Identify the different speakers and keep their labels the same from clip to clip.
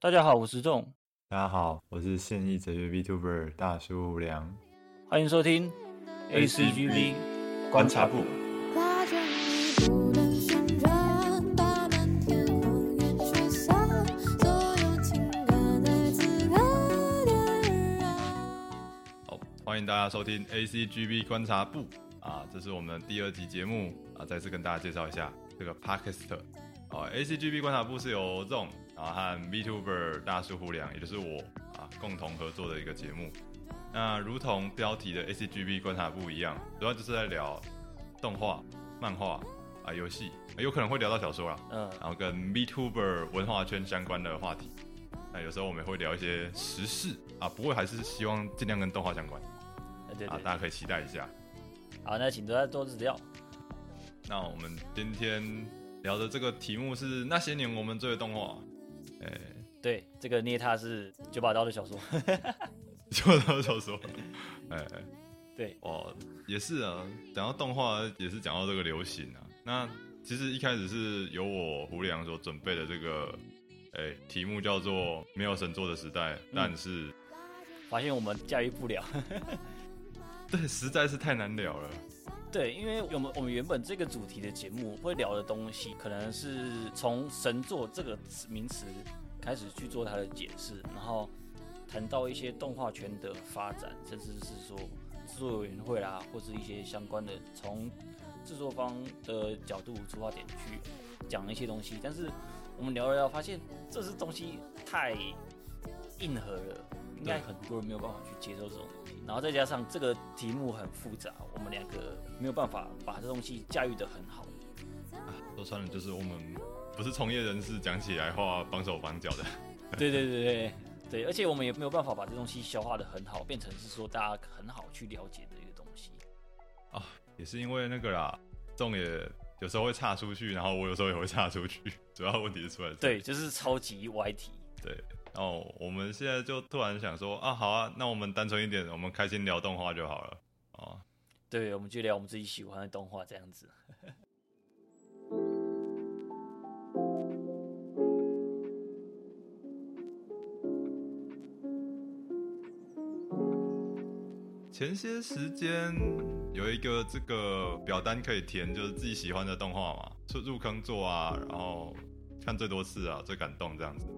Speaker 1: 大家好，我是仲，
Speaker 2: 大家好，我是现役哲学 VTuber 大叔无良。
Speaker 1: 欢迎收听 ACGV 观察部。
Speaker 3: 拉着你不能旋转，把漫天谎言吹散，所有情感在此刻点燃。
Speaker 4: 好，欢迎大家收听 ACGB 观察部啊，这是我们的第二集节目啊，再次跟大家介绍一下这个 Podcast 啊，ACGB 观察部是由 Zong 啊和 VTuber 大叔胡良，也就是我啊共同合作的一个节目。那如同标题的 ACGB 观察部一样，主要就是在聊动画、漫画啊、游戏、啊有可能会聊到小说啦，
Speaker 1: 嗯、
Speaker 4: 然后跟 VTuber 文化圈相关的话题。那有时候我们也会聊一些时事啊，不过还是希望尽量跟动画相关
Speaker 1: 哎对对
Speaker 4: 啊，
Speaker 1: 对，
Speaker 4: 大家可以期待一下。
Speaker 1: 好，那请大家多指教。
Speaker 4: 那我们今天聊的这个题目是那些年我们追的动画， 哎、
Speaker 1: 对，这个捏他是九把刀的小说，
Speaker 4: 就到就说， 哎、
Speaker 1: 对，
Speaker 4: 哦，也是啊，讲到动画也是讲到这个流行啊。那其实一开始是由我胡良所准备的这个，哎、题目叫做“没有神作的时代”，但是、
Speaker 1: 发现我们驾驭不了。
Speaker 4: 对，实在是太难聊了。
Speaker 1: 对，因为我们我们原本这个主题的节目会聊的东西，可能是从神作这个词名词开始去做它的解释，然后谈到一些动画圈的发展，甚至是说制作委员会啦，或是一些相关的从制作方的角度出发点去讲一些东西。但是我们聊了聊，发现这是东西太硬核了，应该
Speaker 4: 对
Speaker 1: 很多人没有办法去接受这种东西。然后再加上这个题目很复杂，我们两个没有办法把这东西驾驭得很好。
Speaker 4: 说穿了，就是我们不是从业人士，讲起来话绑手绑脚的。
Speaker 1: 对对对 对对，而且我们也没有办法把这东西消化的很好，变成是说大家很好去了解的一个东西。
Speaker 4: 哦也是因为那个啦，仲也有时候会岔出去，然后我有时候也会岔出去， 主要问题是出在这
Speaker 1: 对，
Speaker 4: 里
Speaker 1: 就是超级歪题。
Speaker 4: 对。然后我们现在就突然想说啊，好啊，那我们单纯一点，我们开心聊动画就好了。哦，
Speaker 1: 对，我们就聊我们自己喜欢的动画这样子。
Speaker 4: 前些时间有一个这个表单可以填，就是自己喜欢的动画嘛，入入坑做啊，然后看最多次啊，最感动这样子的。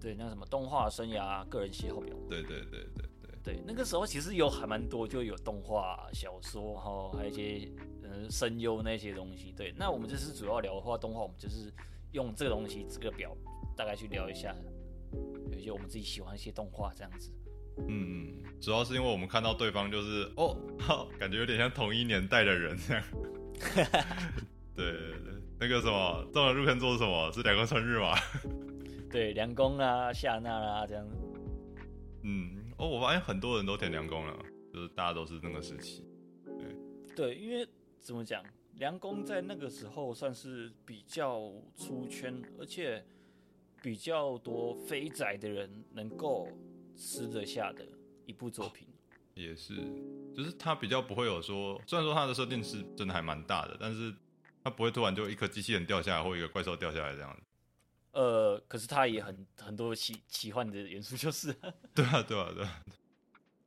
Speaker 1: 对，那什么动画生涯个人喜好表。
Speaker 4: 对对对对对。
Speaker 1: 对，那个时候其实有还蛮多，就有动画、啊小说，然后还有一些嗯声优那些东西。对，那我们这次主要聊的话，动画我们就是用这个东西这个表大概去聊一下，有一些我们自己喜欢一些动画这样子。
Speaker 4: 嗯，主要是因为我们看到对方就是哦，好，感觉有点像同一年代的人这样。对对对，那个什么，中了入坑做什么？是两个春日嘛？
Speaker 1: 对，梁公啦、夏娜啊啦这样子。
Speaker 4: 嗯，哦，我发现很多人都填凉宫了，就是大家都是那个时期。
Speaker 1: 对，因为怎么讲，梁公在那个时候算是比较出圈，而且比较多非宅的人能够吃得下的一部作品。
Speaker 4: 也是，就是它比较不会有说，虽然说它的设定是真的还蛮大的，但是它不会突然就一颗机器人掉下来或一个怪兽掉下来这样子。
Speaker 1: 呃，可是它也很很多奇奇幻的元素，就是
Speaker 4: 对啊，对啊，对啊。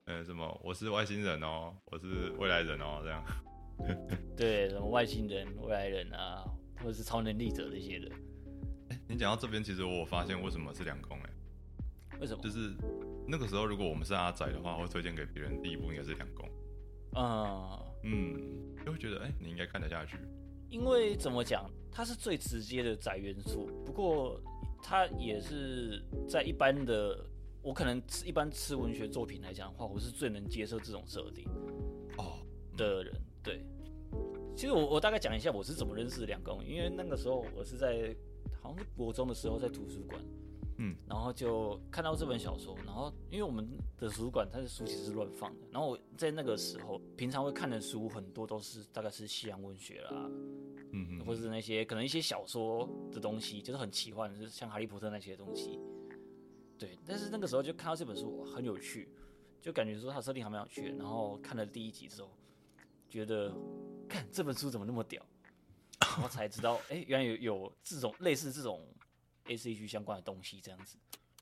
Speaker 4: 呃，什么？我是外星人哦，我是未来人哦，这样。
Speaker 1: 对什么外星人、未来人啊，或者是超能力者这些的。
Speaker 4: 你讲到这边，其实我有发现为什么是两公哎、
Speaker 1: 为什么
Speaker 4: 就？是那个时候，如果我们是阿仔的话，我会推荐给别人第一部应该是两公，
Speaker 1: 嗯，
Speaker 4: 嗯，就会觉得哎、你应该看得下去，
Speaker 1: 因为怎么讲，它是最直接的宅元素，不过它也是在一般的，我可能吃一般吃文学作品来讲的话，我是最能接受这种设定
Speaker 4: 哦，
Speaker 1: 的人。对，其实我我大概讲一下我是怎么认识两公，因为那个时候我是在好像是国中的时候在图书馆，
Speaker 4: 嗯，
Speaker 1: 然后就看到这本小说，然后因为我们的图书馆它的书其实是乱放的，然后我在那个时候平常会看的书很多都是大概是西洋文学啦，
Speaker 4: 嗯
Speaker 1: 或
Speaker 4: 嗯，
Speaker 1: 是那些可能一些小说的东西，就是很奇幻，就是像《哈利波特》那些东西。对，但是那个时候就看到这本书哇很有趣，就感觉说它的设定还蛮有趣的。然后看了第一集之后，觉得看这本书怎么那么屌，然后才知道哎、诶原来有有这种类似这种 A C G 相关的东西这样子。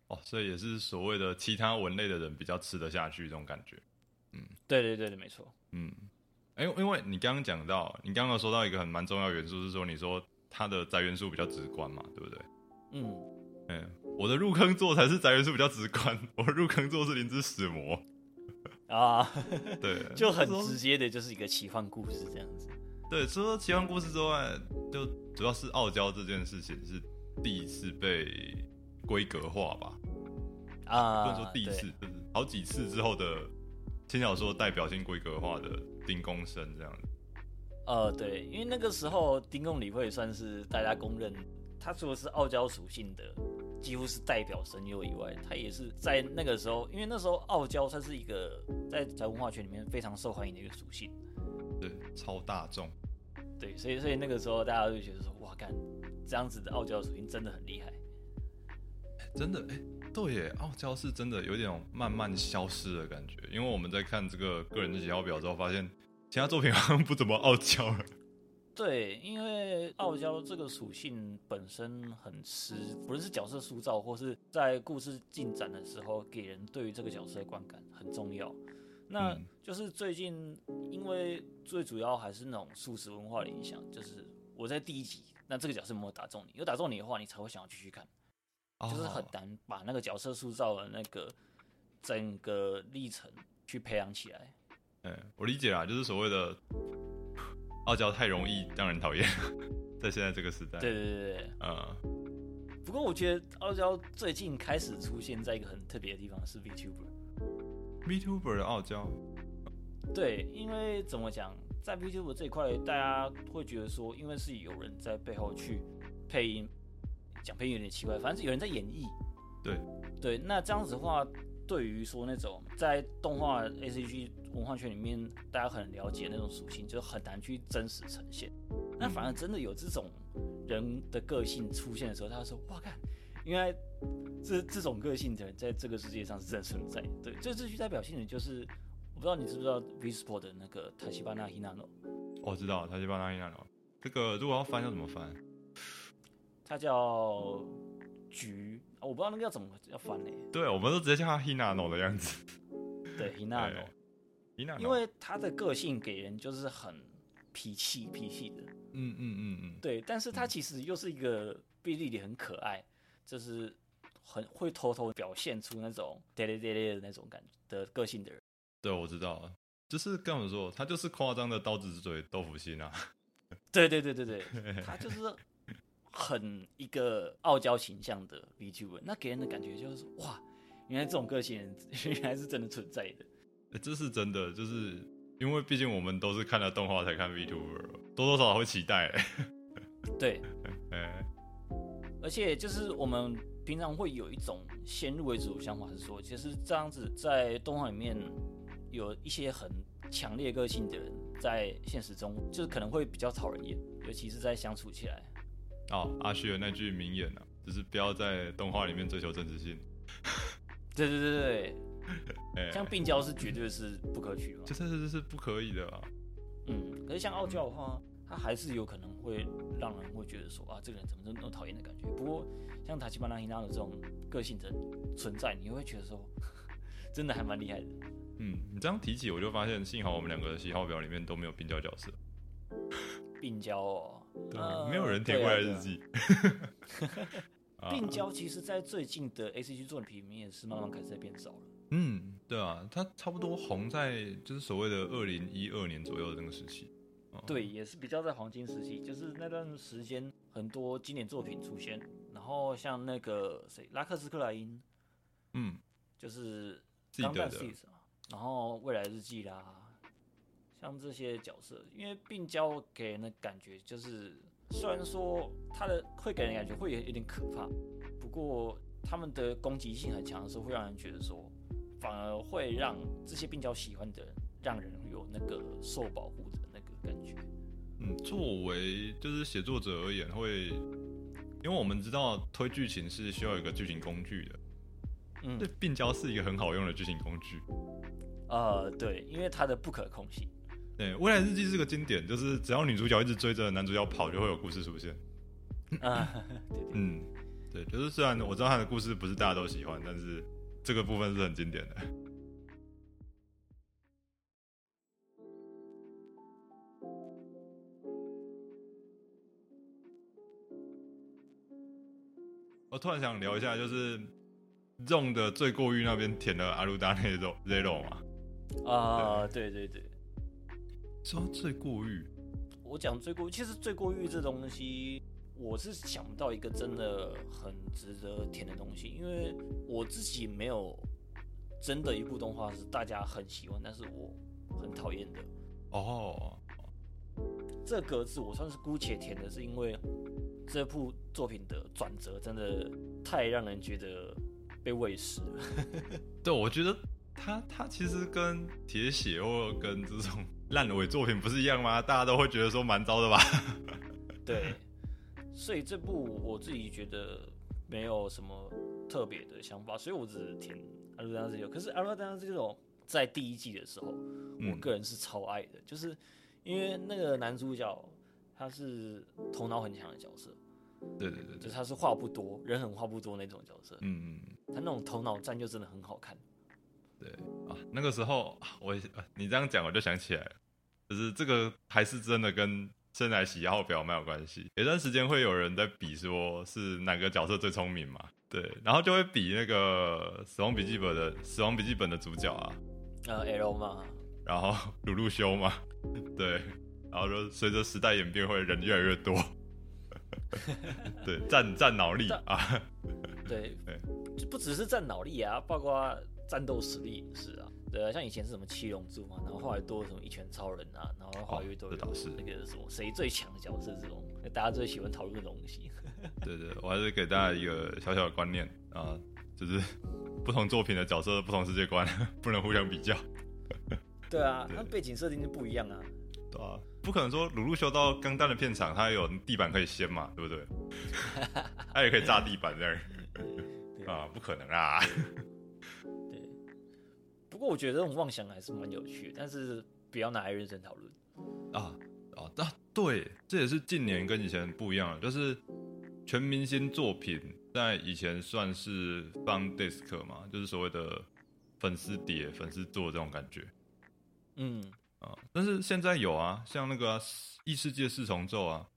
Speaker 4: 哦，所以也是所谓的其他文类的人比较吃得下去这种感觉。
Speaker 1: 对对对对，没错。
Speaker 4: 嗯，哎、因为你刚刚讲到，你刚刚有说到一个很蛮重要的元素，是说你说它的宅元素比较直观嘛，对不对？
Speaker 1: 嗯，
Speaker 4: 嗯，我的入坑作才是宅元素比较直观，我的入坑作是灵之使魔，
Speaker 1: 啊，
Speaker 4: 对，
Speaker 1: 就很
Speaker 4: 那时候
Speaker 1: 直接的，就是一个奇幻故事这样子。
Speaker 4: 对，除了奇幻故事之外，就主要是傲娇这件事情是第一次被规格化吧，
Speaker 1: 啊，
Speaker 4: 不能说第一
Speaker 1: 对
Speaker 4: 次，就是好几次之后的轻小说代表性规格化的丁公生这样子。
Speaker 1: 呃，对，因为那个时候丁公理会算是大家公认，他除了是傲娇属性的，几乎是代表声优以外，他也是在那个时候，因为那时候傲娇算是一个在在文化圈里面非常受欢迎的一个属性，
Speaker 4: 对，超大众，
Speaker 1: 对，所以所以那个时候大家就觉得说，哇，干这样子的傲娇属性真的很厉害，
Speaker 4: 真的哎、对耶，傲娇是真的有点慢慢消失的感觉。因为我们在看这个个人的喜好表之后，发现其他作品好像不怎么傲娇了。
Speaker 1: 对，因为傲娇这个属性本身很吃，不论是角色塑造，或是在故事进展的时候，给人对于这个角色的观感很重要。那
Speaker 4: 嗯
Speaker 1: 就是最近，因为最主要还是那种素食文化的影响，就是我在第一集，那这个角色有没有打中你？有打中你的话，你才会想要继续看。就是很
Speaker 4: 哦
Speaker 1: 难把那个角色塑造的那个整个历程去培养起来。
Speaker 4: 哎、我理解啦，就是所谓的傲娇太容易让人讨厌， 在现在这个时代。
Speaker 1: 对，对对对。
Speaker 4: 呃，
Speaker 1: 不过我觉得傲娇最近开始出现在一个很特别的地方是 VTuber。
Speaker 4: Vtuber 的傲娇，哦
Speaker 1: 对，因为怎么讲，在 VTuber 这一块，大家会觉得说，因为是有人在背后去配音，讲配音有点奇怪，反正是有人在演绎。
Speaker 4: 对
Speaker 1: 对，那这样子的话，对于说那种在动画 A C G 文化圈里面，大家很了解那种属性，就很难去真实呈现。那反而真的有这种人的个性出现的时候，他会说：“哇，看，原来这这种个性的人在这个世界上是真的存在。”对，这这句代表性的就是，我不知道你知不知道 v s p o r 的那个塔西巴纳 Hinano，
Speaker 4: 我、知道，他去帮他一样聊。这个如果要翻要怎么翻？
Speaker 1: 他叫菊、啊我不知道那个要怎么要翻呢、
Speaker 4: 对，我们都直接叫他 Hinano 的样子。
Speaker 1: 对 Hinano，
Speaker 4: 哎 Hinano，
Speaker 1: 因为他的个性给人就是很脾气脾气的，
Speaker 4: 嗯嗯嗯嗯，
Speaker 1: 对，但是他其实又是一个比利里很可爱，就是很会偷偷表现出那种 d 咧 d 咧的那种感觉的个性的人。
Speaker 4: 对，我知道了，就是跟我们说，他就是夸张的刀子嘴豆腐心啊。
Speaker 1: 对对对对对，他就是很一个傲娇形象的 VTuber，那给人的感觉就是哇，原来这种个性人 原来是真的存在的。
Speaker 4: 欸这是真的，就是因为毕竟我们都是看了动画才看 Vtuber，多多少少会期待、 欸。
Speaker 1: 对，
Speaker 4: 哎、
Speaker 1: 而且就是我们平常会有一种先入为主的想法，是说其实这样子在动画里面有一些很强烈个性的人，在现实中就是可能会比较讨人厌，尤其是在相处起来。
Speaker 4: 哦，阿旭的那句名言啊，就是不要在动画里面追求真实性。
Speaker 1: 对对对对
Speaker 4: 哎、
Speaker 1: 对，像病娇是绝对是不可取的嘛
Speaker 4: 就。是这是不可以的啊。
Speaker 1: 嗯，可是像傲娇的话，他还是有可能会让人会觉得说啊，这个人怎么那么讨厌的感觉。不过像塔奇班拉希纳的这种个性的存在，你会觉得说 真的还蛮厉害的。
Speaker 4: 嗯，你这样提起，我就发现，幸好我们两个的喜好表里面都没有病娇角色，
Speaker 1: 病娇哦，
Speaker 4: 对，啊
Speaker 1: 呃
Speaker 4: 没有人填未来
Speaker 1: 对啊对
Speaker 4: 日
Speaker 1: 啊
Speaker 4: 记。啊
Speaker 1: 病娇其实，在最近的 A C G 作品里面也是慢慢开始在变少了。
Speaker 4: 嗯，对啊，他差不多红在就是所谓的二零一二年左右的那个时期。哦
Speaker 1: 对，也是比较在黄金时期，就是那段时间很多经典作品出现，然后像那个谁，拉克斯克莱因，
Speaker 4: 嗯，
Speaker 1: 就是
Speaker 4: 记得
Speaker 1: Gundam
Speaker 4: 的
Speaker 1: Seeds 嘛，啊然后未来日记啦，像这些角色，因为病娇给人的感觉就是，虽然说他的会给人感觉会有有点可怕，不过他们的攻击性很强的时候，会让人觉得说，反而会让这些病娇喜欢的人，让人有那个受保护的那个感觉。
Speaker 4: 嗯，作为就是写作者而言，会因为我们知道推剧情是需要有一个剧情工具的，
Speaker 1: 嗯
Speaker 4: 这，病娇是一个很好用的剧情工具。
Speaker 1: 呃，对，因为它的不可控性。
Speaker 4: 对，未来日记是个经典，就是只要女主角一直追着男主角跑，就会有故事出现。
Speaker 1: 啊、对对对
Speaker 4: 嗯，对，就是虽然我知道他的故事不是大家都喜欢，但是这个部分是很经典的。 我突然想聊一下，就是用的最过誉那边填了阿鲁达内肉 zero 嘛，
Speaker 1: 啊、对对对，
Speaker 4: 说到最过誉，
Speaker 1: 我讲罪过，其实罪过欲这东西，我是想不到一个真的很值得填的东西，因为我自己没有真的一部动画是大家很喜欢，但是我很讨厌的。
Speaker 4: 哦，
Speaker 1: 这个字我算是姑且填的，是因为这部作品的转折真的太让人觉得被喂食了。
Speaker 4: 对，我觉得他他其实跟铁血或跟这种烂尾作品不是一样吗？大家都会觉得说蛮糟的吧？
Speaker 1: 对， 所以这部我自己觉得没有什么特别的想法，所以我只填《阿鲁丹这种。可是《阿鲁丹这种在第一季的时候，我
Speaker 4: 嗯
Speaker 1: 个人是超爱的，就是因为那个男主角他是头脑很强的角色，
Speaker 4: 对对对
Speaker 1: 就是
Speaker 4: 对，
Speaker 1: 他是话不多，人很话不多那种角色，
Speaker 4: 嗯，嗯
Speaker 1: 他那种头脑战就真的很好看。
Speaker 4: 对啊，那个时候啊我也是啊你这样讲我就想起来了，就是这个还是真的跟生来喜好表蛮有关系。有段时间会有人在比说是哪个角色最聪明嘛？对，然后就会比那个《死亡笔记本》的《死亡笔记本》的主角啊，
Speaker 1: 呃，L 嘛，
Speaker 4: 然后 鲁路修嘛，对，然后说随着时代演变，会人越来越多，对，占占脑力
Speaker 1: 但
Speaker 4: 啊，
Speaker 1: 对
Speaker 4: 对，
Speaker 1: 就不只是占脑力啊，包括战斗实力也是啊。对啊，像以前是什么七龙珠嘛，然后后来多了什么一拳超人啊，然后后来又多了
Speaker 4: 这倒是
Speaker 1: 那个什么谁最强的角色这种，大家最喜欢讨论的东西。
Speaker 4: 对对，我还是给大家一个小小的观念啊，就是不同作品的角色、不同世界观， 不能互相比较，
Speaker 1: 对啊，那背景设定就不一样啊。
Speaker 4: 对啊，不可能说鲁路修到钢弹的片场，他有地板可以掀嘛，对不对？他也可以炸地板这样
Speaker 1: 对
Speaker 4: 啊，不可能啊，
Speaker 1: 对。不过我觉得这种妄想还是蛮有趣的，但是不要拿来认真讨论。
Speaker 4: 啊啊啊！对，这也是近年跟以前不一样了，就是全明星作品在以前算是 fan disc 嘛，就是所谓的粉丝碟、粉丝做这种感觉
Speaker 1: 嗯，
Speaker 4: 啊。但是现在有啊，像那个、啊《异世界四重奏》啊，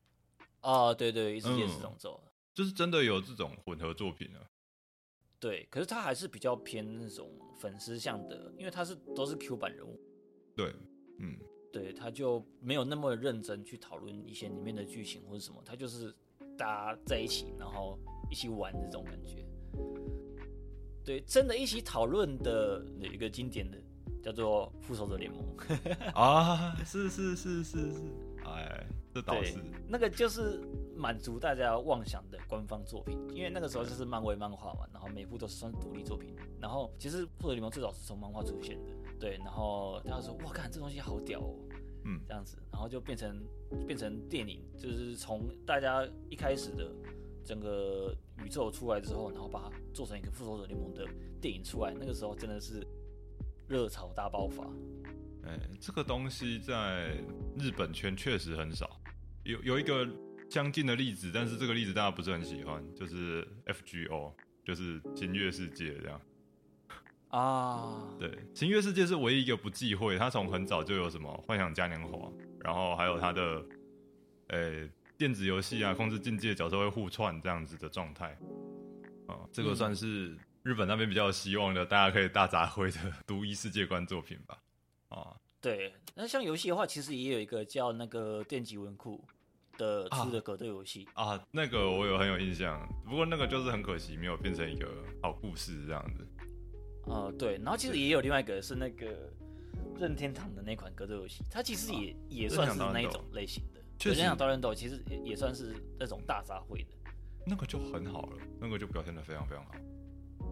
Speaker 1: 啊，对对，一直也
Speaker 4: 嗯
Speaker 1: 是这种走。
Speaker 4: 就是真的有这种混合作品啊。
Speaker 1: 对，可是他还是比较偏那种粉丝向的，因为他是都是 Q 版人物，
Speaker 4: 对，嗯，
Speaker 1: 对，他就没有那么认真去讨论一些里面的剧情或者什么，他就是大家在一起，然后一起玩这种感觉。对，真的一起讨论的有一个经典的叫做《复仇者联盟》，
Speaker 4: 啊，是是是是是，哎，这倒
Speaker 1: 对
Speaker 4: 是，
Speaker 1: 那个就是满足大家妄想的官方作品，因为那个时候就是漫威漫画嘛，然后每部都是算独立作品。然后其实《复仇者联盟》最早是从漫画出现的，对，然后大家说哇，看这东西好屌哦，
Speaker 4: 嗯
Speaker 1: 这样子，然后就变成变成电影，就是从大家一开始的整个宇宙出来之后，然后把它做成一个复仇者联盟的电影出来，那个时候真的是热潮大爆发。
Speaker 4: 哎，这个东西在日本圈确实很少，有有一个相近的例子，但是这个例子大家不是很喜欢，就是 FGO，就是新月世界这样。
Speaker 1: 啊，
Speaker 4: 对，新月世界是唯一一个不忌讳，它从很早就有什么幻想嘉年华，然后还有它的，呃，电子游戏啊，控制境界角色会互串这样子的状态。啊、这个
Speaker 1: 嗯
Speaker 4: 算是日本那边比较有希望的，大家可以大杂烩的独一世界观作品吧。啊、
Speaker 1: 对，那像游戏的话，其实也有一个叫那个电极文库的
Speaker 4: 啊
Speaker 1: 出的格斗游戏。
Speaker 4: 啊，那个我有很有印象，不过那个就是很可惜没有变成一个好故事这样子。
Speaker 1: 呃，对，然后其实也有另外一个是那个任天堂的那款格斗游戏，它其实也、也
Speaker 4: 任
Speaker 1: 算
Speaker 4: 天
Speaker 1: 是
Speaker 4: 堂
Speaker 1: 那一
Speaker 4: 斗
Speaker 1: 种类型的。对
Speaker 4: 确
Speaker 1: 任天
Speaker 4: 实
Speaker 1: 堂刀刃斗其实也也算是那种大杂烩的。
Speaker 4: 那个就很好了，那个就表现的非常非常好。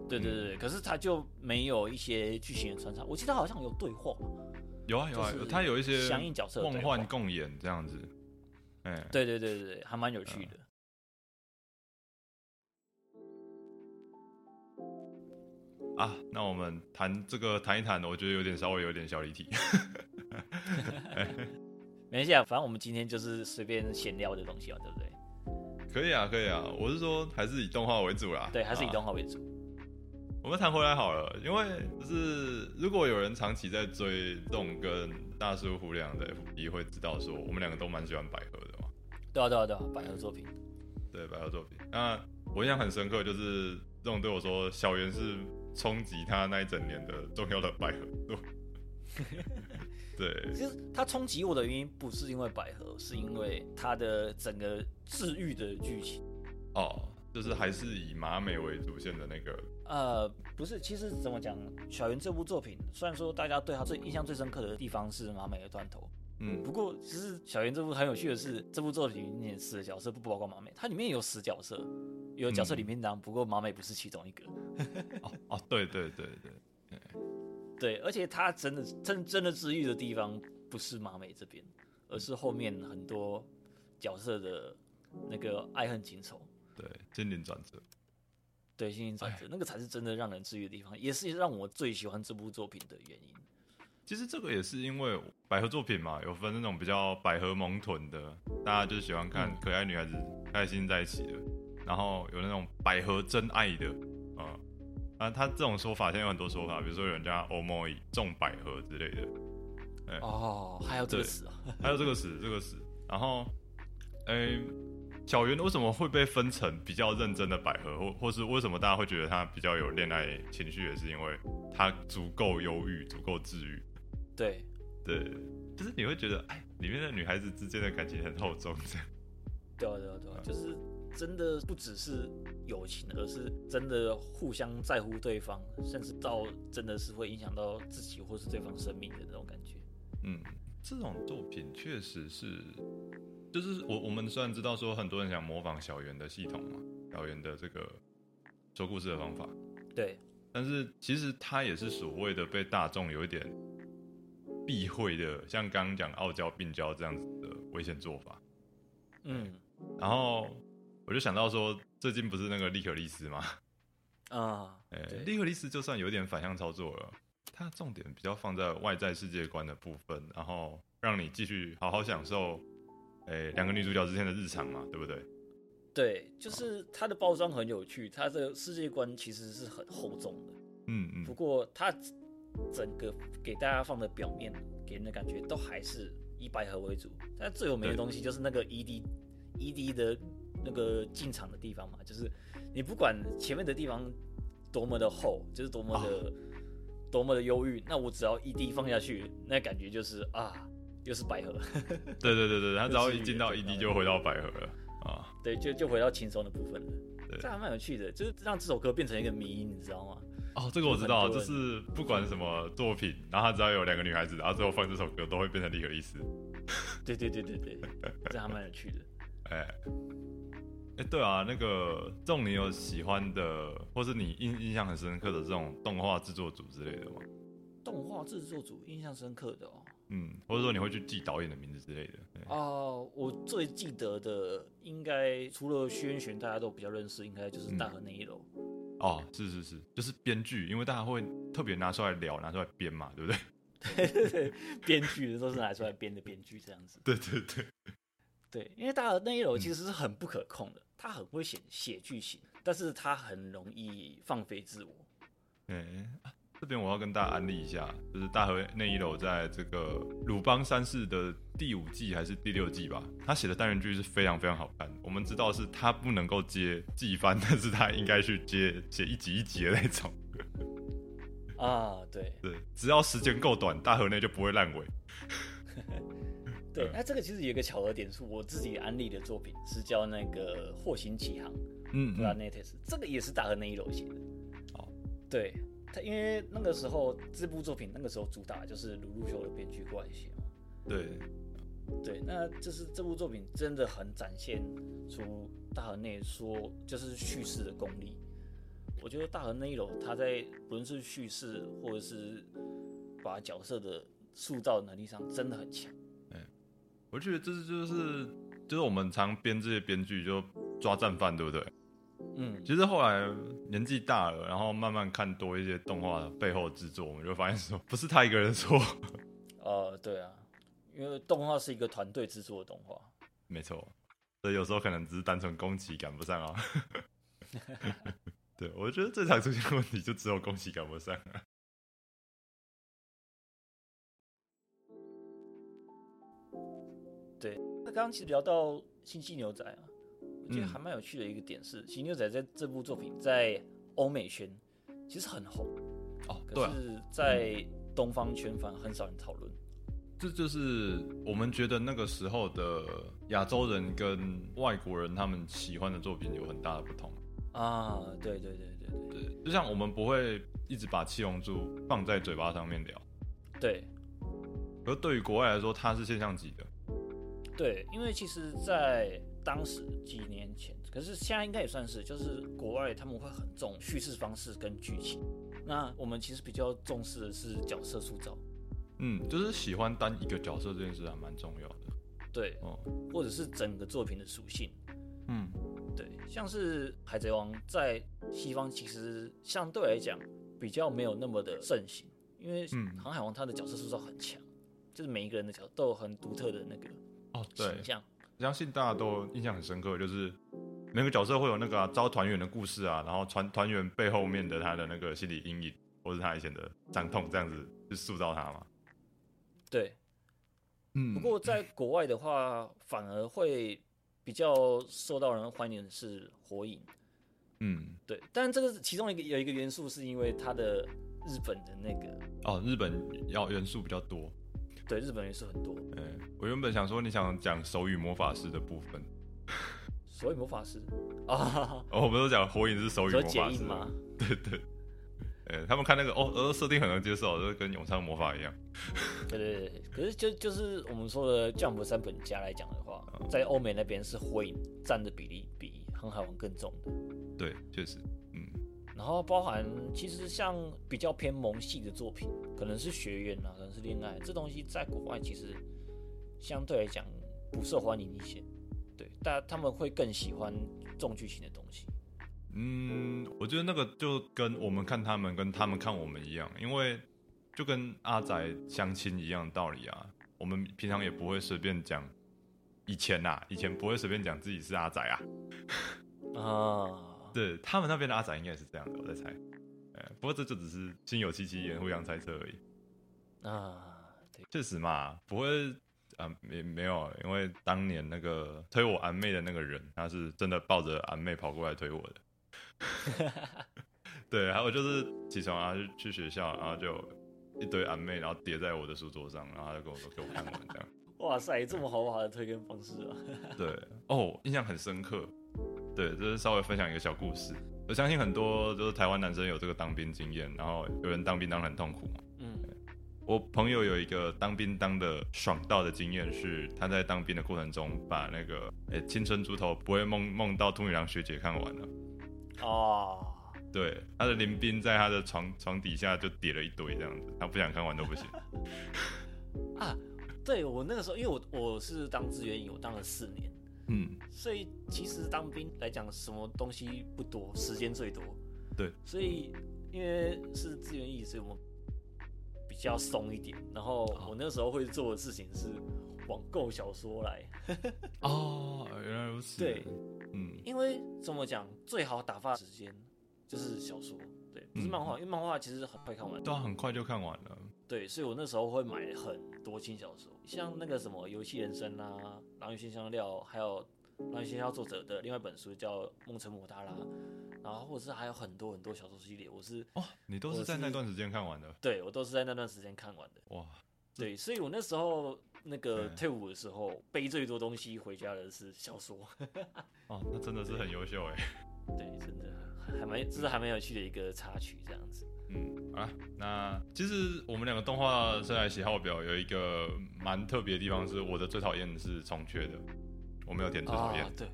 Speaker 1: 对对对对，可是它就没有一些剧情的穿插，我记得好像有对话。
Speaker 4: 有啊有啊，
Speaker 1: 就是
Speaker 4: 有它有一些
Speaker 1: 相应角色的对
Speaker 4: 梦
Speaker 1: 话
Speaker 4: 幻共演这样子。哎、
Speaker 1: 对对对对对，还蛮有趣的。
Speaker 4: 啊，那我们谈这个谈一谈，我觉得有点稍微有点小离题。
Speaker 1: 没关系啊，反正我们今天就是随便闲聊的东西嘛，对不对？
Speaker 4: 可以啊，可以啊，我是说还是以动画为主啦。
Speaker 1: 对，还是以动
Speaker 4: 啊
Speaker 1: 画为主。
Speaker 4: 我们谈回来好了，因为就是如果有人长期在追动跟大叔胡良的 FB，会知道说我们两个都蛮喜欢百合的嘛。
Speaker 1: 对啊，对啊，对啊，百合作品。
Speaker 4: 对，百合作品。那我印象很深刻，就是这种对我说，小圆是冲击他那一整年的重要的百合作。对，
Speaker 1: 其实它冲击我的原因不是因为百合，是因为它的整个治愈的剧情。
Speaker 4: 哦，就是还是以马美为主线的那个，
Speaker 1: 呃，不是，其实怎么讲，小圆这部作品，虽然说大家对他最印象最深刻的地方是马美的断头，
Speaker 4: 嗯
Speaker 1: 不过其实小圆这部很有趣的是，这部作品里面死的角色不包括马美，它里面有死角色，有角色
Speaker 4: 嗯
Speaker 1: 里面当，不过马美不是其中一个。
Speaker 4: 哦哦，对对对对，
Speaker 1: 对，而且他真的真真的治愈的地方不是马美这边，而是后面很多角色的那个爱恨情仇，
Speaker 4: 对，心灵转折。
Speaker 1: 对，心情转折，那个才是真的让人治愈的地方，也是让我最喜欢这部作品的原因。
Speaker 4: 其实这个也是因为百合作品嘛，有分那种比较百合萌臀的，大家就喜欢看
Speaker 1: 嗯
Speaker 4: 可爱女孩子开心在一起的，然后有那种百合真爱的，啊、啊，他这种说法现在有很多说法，比如说有人家 omoi 种百合之类的，
Speaker 1: 哦，还有这个
Speaker 4: 对
Speaker 1: 词啊，
Speaker 4: 还有这个词，这个词，然后，诶、小圆为什么会被分成比较认真的百合，或或是为什么大家会觉得他比较有恋爱情绪，也是因为他足够忧郁，足够治愈。
Speaker 1: 对，
Speaker 4: 对，就是你会觉得，哎，里面的女孩子之间的感情很厚重，这样。
Speaker 1: 对啊，对啊，对啊，就是真的不只是友情，而是真的互相在乎对方，甚至到真的是会影响到自己或是对方生命的那种感觉。
Speaker 4: 嗯，这种作品确实是，就是我我们虽然知道说很多人想模仿小圆的系统嘛，小圆的这个说故事的方法，
Speaker 1: 对，
Speaker 4: 但是其实它也是所谓的被大众有一点避讳的，像刚刚讲傲娇、病娇这样子的危险做法。
Speaker 1: 嗯，
Speaker 4: 然后我就想到说，最近不是那个利可利斯吗？
Speaker 1: 啊，
Speaker 4: 哎、
Speaker 1: 对
Speaker 4: 利克利斯就算有点反向操作了，它重点比较放在外在世界观的部分，然后让你继续好好享受，哎、两个女主角之间的日常嘛，对不对？
Speaker 1: 对，就是它的包装很有趣，它的世界观其实是很厚重的。
Speaker 4: 嗯
Speaker 1: 不
Speaker 4: 嗯，
Speaker 1: 过它整个给大家放的表面给人的感觉都还是以百合为主，但最有名的
Speaker 4: 对
Speaker 1: 东西就是那个 E ED ED 的那个进场的地方嘛，就是你不管前面的地方多么的厚，就是多么
Speaker 4: 啊
Speaker 1: 的、多么的忧郁，那我只要 ED 放下去，那感觉就是啊，又是百合，
Speaker 4: 对对对对，他只要一进到
Speaker 1: 就是
Speaker 4: ED 就回到百合了啊，
Speaker 1: 对，就就回到轻松的部分了
Speaker 4: 对。
Speaker 1: 这还蛮有趣的，就是让这首歌变成一个迷因，你知道吗？
Speaker 4: 哦，这个我知道，
Speaker 1: 就
Speaker 4: 就
Speaker 1: 很多
Speaker 4: 是不管什么作品，然后他只要有两个女孩子，然后最后放这首歌，都会变成利可利斯。
Speaker 1: 对对对对对，这还蛮有趣的。
Speaker 4: 哎、哎、对啊，那个这种你有喜欢的，或是你印印象很深刻的这种动画制作组之类的吗？
Speaker 1: 动画制作组印象深刻的哦，
Speaker 4: 嗯，或者说你会去记导演的名字之类的。对
Speaker 1: 哦，我最记得的应该除了轩辕大家都比较认识，应该
Speaker 4: 嗯
Speaker 1: 就是大河那一楼。
Speaker 4: 哦，是是是，就是编剧，因为大家会特别拿出来聊，拿出来编嘛，对不 对？
Speaker 1: 编剧的都是拿出来编的编剧这样子。
Speaker 4: 对对对，
Speaker 1: 对，因为大河那一楼其实是很不可控的，他很会写写剧情，但是他很容易放飞自我。
Speaker 4: 嗯、啊这边我要跟大家安利一下，就是大河那一楼在这个鲁邦三世的第五季还是第六季吧，他写的单元剧是非常非常好看。我们知道是他不能够接季番，但是他应该去接写一集一集的那种。
Speaker 1: 啊，对
Speaker 4: 对，只要时间够短，大河内就不会烂尾。
Speaker 1: 对
Speaker 4: 嗯，
Speaker 1: 那这个其实有一个巧合点是，我自己安利的作品是叫那个《祸行起航》。
Speaker 4: 嗯
Speaker 1: p l a n e t s 这个也是大河内一楼写的。
Speaker 4: 哦，
Speaker 1: 对他，因为那个时候这部作品那个时候主打就是鲁路修的编剧过来写嘛。
Speaker 4: 对，
Speaker 1: 对，那就是这部作品真的很展现出大河内说就是叙事的功力。我觉得大河内一楼他在不论是叙事或者是把角色的塑造能力上真的很强。
Speaker 4: 我觉得这是就是就是我们常编这些编剧就抓战犯，对不对？
Speaker 1: 嗯，
Speaker 4: 其实后来年纪大了，然后慢慢看多一些动画背后的制作，我们就发现说不是他一个人说，
Speaker 1: 呃，对啊，因为动画是一个团队制作的动画。
Speaker 4: 没错，所以有时候可能只是单纯宫崎赶不上啊。 对，我觉得最常出现的问题就只有宫崎赶不上啊。
Speaker 1: 那刚刚其实聊到《星际牛仔》啊，我觉得
Speaker 4: 嗯
Speaker 1: 还蛮有趣的一个点是，星际牛仔》在这部作品在欧美圈其实很红，
Speaker 4: 哦
Speaker 1: 可是，在东方圈反而很少人讨论。
Speaker 4: 这就是我们觉得那个时候的亚洲人跟外国人他们喜欢的作品有很大的不同。
Speaker 1: 啊，对对对对
Speaker 4: 对，就像我们不会一直把《七龙珠》放在嘴巴上面聊，
Speaker 1: 对对
Speaker 4: 而对于国外来说，它是现象级的。
Speaker 1: 对，因为其实，在当时几年前，可是现在应该也算是，就是国外他们会很重叙事方式跟剧情，那我们其实比较重视的是角色塑造，
Speaker 4: 嗯，就是喜欢单一个角色这件事还蛮重要的。
Speaker 1: 对，
Speaker 4: 哦，
Speaker 1: 或者是整个作品的属性。
Speaker 4: 嗯，
Speaker 1: 对，像是《海贼王》在西方其实相对来讲比较没有那么的盛行，因为
Speaker 4: 嗯
Speaker 1: 《航海王》它的角色塑造很强，就是每一个人的角色都有很独特的那个
Speaker 4: 哦，对
Speaker 1: 形，象。
Speaker 4: 相信大家都印象很深刻，就是每个角色会有那个、啊、招团员的故事啊，然后团团员背后面的他的那个心理阴影，或是他以前的伤痛，这样子去塑造他嘛。
Speaker 1: 对，
Speaker 4: 嗯
Speaker 1: 不过在国外的话，反而会比较受到人欢迎的是《火影》。
Speaker 4: 嗯，
Speaker 1: 对，但这个是其中一个有一个元素是因为它的日本的那个
Speaker 4: 哦，日本要元素比较多。
Speaker 1: 对日本元素很多，
Speaker 4: 嗯、我原本想说你想讲手语魔法师的部分，
Speaker 1: 所以魔法师啊，
Speaker 4: 哦，我们都讲火影是手语
Speaker 1: 所
Speaker 4: 魔
Speaker 1: 以解
Speaker 4: 法
Speaker 1: 印
Speaker 4: 师
Speaker 1: 吗？？
Speaker 4: 对对。呃、他们看那个哦，呃，设定很能接受，就跟永昌魔法一样。
Speaker 1: 对对对，可是就就是我们说的 Jump 三本家来讲的话，在欧美那边是火影占的比例比航海王更重的。
Speaker 4: 对，确实，嗯，
Speaker 1: 然后包含其实像比较偏萌系的作品，可能是学员啊，可能是恋爱，这东西在国外其实相对来讲不受欢迎一些。对，但他们会更喜欢重剧情的东西。
Speaker 4: 嗯，我觉得那个就跟我们看他们跟他们看我们一样，因为就跟阿宅相亲一样的道理啊。我们平常也不会随便讲，以前呐、啊，以前不会随便讲自己是阿宅啊。
Speaker 1: 啊，
Speaker 4: 对他们那边的阿宅应该也是这样的，我在猜。呃，不过这就只是心有戚戚焉，互相猜测而已。
Speaker 1: 啊，对，
Speaker 4: 确实嘛，不会啊，没没有，因为当年那个推我俺妹的那个人，他是真的抱着俺妹跑过来推我的。 对，还有就是起床啊，去去学校，然后就一堆俺妹，然后叠在我的书桌上，然后他就给我给我看完这样。
Speaker 1: 哇塞，这么豪华的推荐方式啊！
Speaker 4: 对，哦，印象很深刻。对，就是稍微分享一个小故事。我相信很多就是台湾男生有这个当兵经验，然后有人当兵当得很痛苦嘛。
Speaker 1: 嗯，
Speaker 4: 我朋友有一个当兵当的爽到的经验是，他在当兵的过程中把那个诶、青春猪头不会梦梦到兔女郎学姐看完了。
Speaker 1: 啊，
Speaker 4: 对，他的林兵在他的床床底下就叠了一堆这样子，他不想看完都 不行。
Speaker 1: 啊，对我那个时候，因为我我是当志愿役，我当了四年，
Speaker 4: 嗯，
Speaker 1: 所以其实当兵来讲，什么东西不多，时间最多。
Speaker 4: 对，
Speaker 1: 所以因为是志愿役，所以我们比较松一点。然后我那时候会做的事情是网购小说来，
Speaker 4: 哦，原来如此。
Speaker 1: 对，
Speaker 4: 嗯
Speaker 1: 因为怎么讲，最好打发时间就是小说，对，不是漫画，因为漫画其实很快看完。
Speaker 4: 对啊，很快就看完了。
Speaker 1: 对，所以我那时候会买很多轻小说，像那个什么《游戏人生》啊，《狼与鲜香料》，还有《狼与鲜香料》作者的另外一本书叫《梦城摩达拉》，然后或者是还有很多很多小说系列，我是
Speaker 4: 哇、你都是在那段时间看完的。
Speaker 1: 对我都是在那段时间看完的。
Speaker 4: 哇，
Speaker 1: 对，所以我那时候那个
Speaker 4: 嗯
Speaker 1: 退伍的时候背最多东西回家的是小说，
Speaker 4: 哦，那真的是很优秀哎。
Speaker 1: 对，真的还还蛮这是还蛮有趣的一个插曲这样子。
Speaker 4: 嗯啊，那其实我们两个动画生涯喜好表有一个蛮特别的地方，是我的最讨厌是重缺的，我没有填最讨厌。
Speaker 1: 啊，对，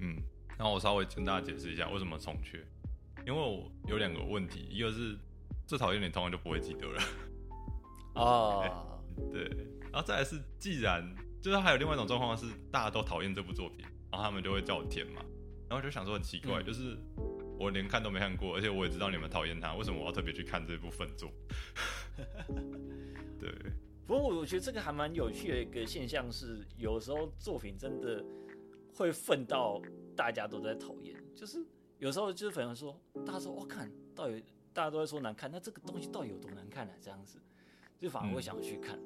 Speaker 4: 嗯，然后我稍微跟大家解释一下为什么重缺，因为我有两个问题，一个是最讨厌你通常就不会记得了，
Speaker 1: 啊，
Speaker 4: 对，然后再来是既然就是还有另外一种状况是大家都讨厌这部作品，然后他们就会叫我填嘛，然后就想说很奇怪，
Speaker 1: 嗯
Speaker 4: 就是我连看都没看过，而且我也知道你们讨厌它，为什么我要特别去看这部分作？ 对。
Speaker 1: 不过我觉得这个还蛮有趣的一个现象是，有时候作品真的会愤到大家都在讨厌，就是有时候就是粉丝说，大家说我看、到底大家都在说难看，那这个东西到底有多难看啊？这样子，就反而会想去看。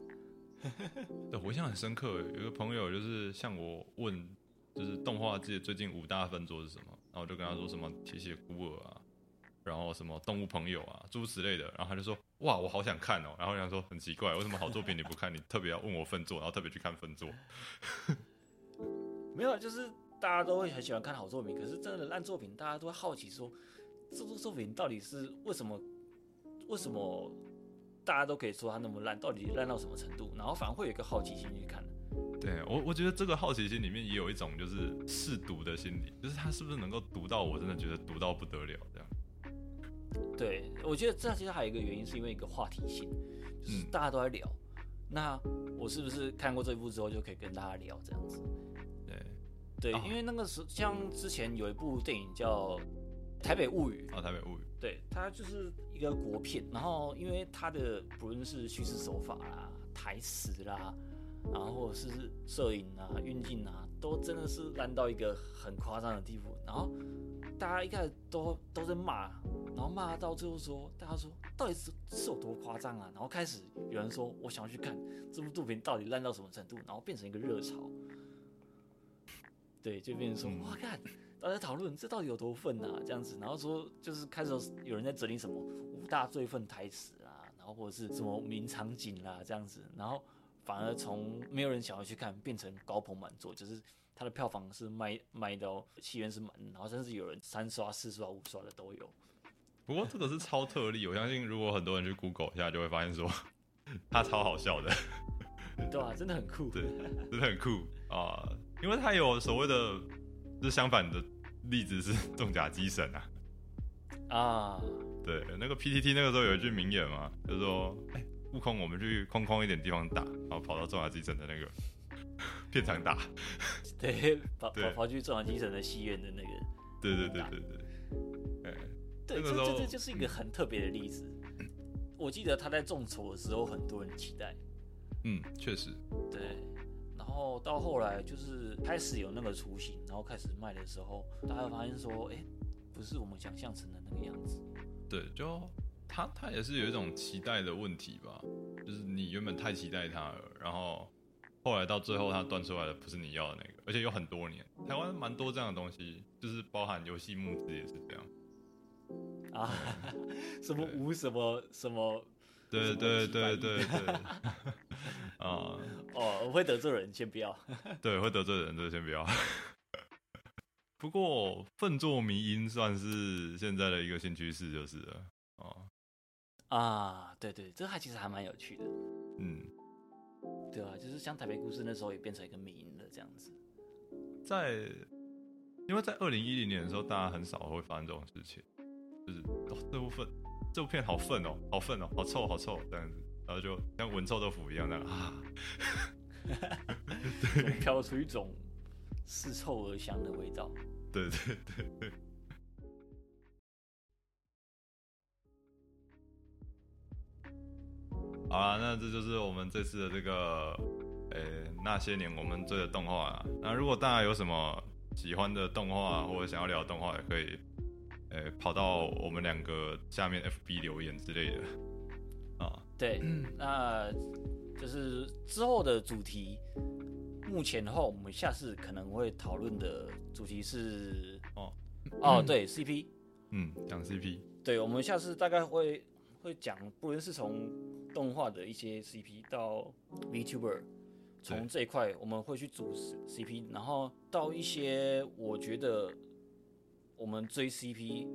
Speaker 4: 对，我印象很深刻，欸有一个朋友就是向我问，就是动画界最近五大分作是什么，然后我就跟他说什么铁血孤儿啊，然后什么动物朋友啊，诸如此类的，然后他就说哇，我好想看哦，然后我想说很奇怪，为什么好作品你不看，你特别要问我分作，然后特别去看分作，
Speaker 1: 没有，啊就是大家都会很喜欢看好作品，可是真的烂作品，大家都会好奇说，这部作品到底是为什么？为什么大家都可以说它那么烂？到底烂到什么程度？然后反而会有一个好奇心去看。
Speaker 4: 对我，我觉得这个好奇心里面也有一种就是试读的心理，就是他是不是能够读到我真的觉得读到不得了这样。
Speaker 1: 对，我觉得这其实还有一个原因，是因为一个话题性，就是
Speaker 4: 嗯
Speaker 1: 大家都在聊。那我是不是看过这一部之后就可以跟大家聊这样子？
Speaker 4: 对，
Speaker 1: 对，
Speaker 4: 哦
Speaker 1: 因为那个时候像之前有一部电影叫《台北物语》，
Speaker 4: 啊，台北物语，
Speaker 1: 对，它就是一个国片，然后因为它的不论是叙事手法啦、台词啦，然后或者是摄影啊、运镜啊，都真的是烂到一个很夸张的地步。然后大家一开始都都在骂，然后骂到最后说，大家说到底是是有多夸张啊？然后开始有人说，我想要去看这部作品到底烂到什么程度，然后变成一个热潮。对，就变成说，
Speaker 4: 嗯
Speaker 1: 哇，看大家讨论这到底有多愤啊，这样子，然后说就是开始有人在整理什么五大最愤台词啊，然后或者是什么名场景啦、这样子，然后反而从没有人想要去看变成高朋满座，就是它的票房是卖卖到戏院是满的，然后甚至有人三刷、四刷、五刷的都有。
Speaker 4: 不过这个是超特例，我相信如果很多人去 Google 一下，就会发现说 他超好笑的。
Speaker 1: 对啊，真的很酷。
Speaker 4: 对，真的很酷啊、因为它有所谓的，就是相反的例子是重甲机神啊。
Speaker 1: 啊，
Speaker 4: 对，那个 PTT 那个时候有一句名言嘛，就是说，哎、悟空，我们去空空一点地方打，然后跑到重甲机神的那个 片场打。
Speaker 1: 对，跑跑
Speaker 4: 对
Speaker 1: 跑去中央精神的戏院的那个，
Speaker 4: 对对对对对。哎、
Speaker 1: 对，
Speaker 4: 那个
Speaker 1: 这
Speaker 4: 时
Speaker 1: 这
Speaker 4: 候
Speaker 1: 这就是一个很特别的例子。我记得他在众筹的时候，很多人期待，
Speaker 4: 嗯，确实，
Speaker 1: 对，然后到后来就是开始有那个雏形，然后开始卖的时候，大家发现说，哎、不是我们想象成的那个样子。
Speaker 4: 对，就他他也是有一种期待的问题吧，就是你原本太期待他了，然后后来到最后他端出来的不是你要的那个，而且有很多年，台湾蛮多这样的东西，就是包含游戏募资也是这样。
Speaker 1: 啊， 什么无什么什么
Speaker 4: 对
Speaker 1: 什么
Speaker 4: 对
Speaker 1: 几百
Speaker 4: 对
Speaker 1: 亿
Speaker 4: 对 对，啊、
Speaker 1: 哦，我会得罪人，先不要。
Speaker 4: 对，会得罪人，这个先不要。 不过，粪作迷因算是现在的一个新趋势，就是了。哦，
Speaker 1: 啊，对对，这还其实还蛮有趣的，
Speaker 4: 嗯，
Speaker 1: 对啊，就是像台北故事那时候也变成一个迷因了这样子。
Speaker 4: 在，因为在二零一零年的时候，大家很少会发生这种事情，就是哦，这部分这部片好愤哦，好愤哦，好臭，好臭这样子，然后就像闻臭豆腐一样那样啊，
Speaker 1: 总飘出一种似臭而香的味道。
Speaker 4: 对对对对。好啦，那这就是我们这次的这个，呃、那些年我们追的动画啦。那如果大家有什么喜欢的动画啊或者想要聊的动画，也可以，呃、跑到我们两个下面 FB 留言之类的。啊，
Speaker 1: 对，那就是之后的主题。目前的话，我们下次可能会讨论的主题是
Speaker 4: 哦，
Speaker 1: 哦，对 CP，
Speaker 4: 嗯，讲 CP，
Speaker 1: 对，我们下次大概会会讲，不论是从动画的一些 CP 到 VTuber，从这一块我们会去组 CP，然后到一些我觉得我们追 CP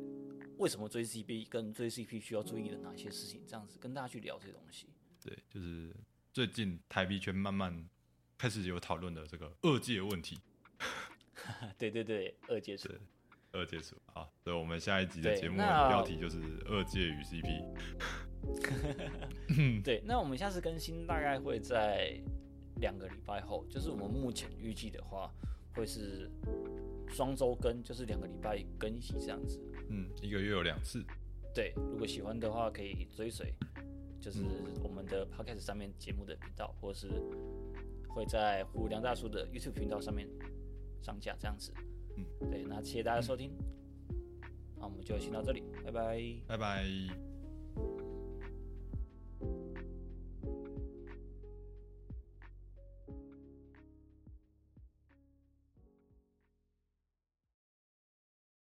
Speaker 1: 为什么追 CP，跟追 CP 需要注意的哪些事情，这样子跟大家去聊这些东西。
Speaker 4: 对，就是最近台币圈慢慢开始有讨论的这个二界问题。
Speaker 1: 对对对，二接触
Speaker 4: 对。二界除啊，所以我们下一集的
Speaker 1: 对
Speaker 4: 节目
Speaker 1: 那
Speaker 4: 的标题就是二界与 CP。嗯
Speaker 1: 对，那我们下次更新大概会在两个礼拜后，就是我们目前预计的话，会是双周更，就是两个礼拜更一期这样子。
Speaker 4: 嗯，一个月有两次。
Speaker 1: 对，如果喜欢的话，可以追随，就是
Speaker 4: 嗯
Speaker 1: 我们的 podcast 上面节目的频道，或是会在胡良大叔的 YouTube 频道上面上架这样子。
Speaker 4: 嗯，
Speaker 1: 对，那谢谢大家收听，那我们就先到这里，拜拜。
Speaker 4: 拜拜。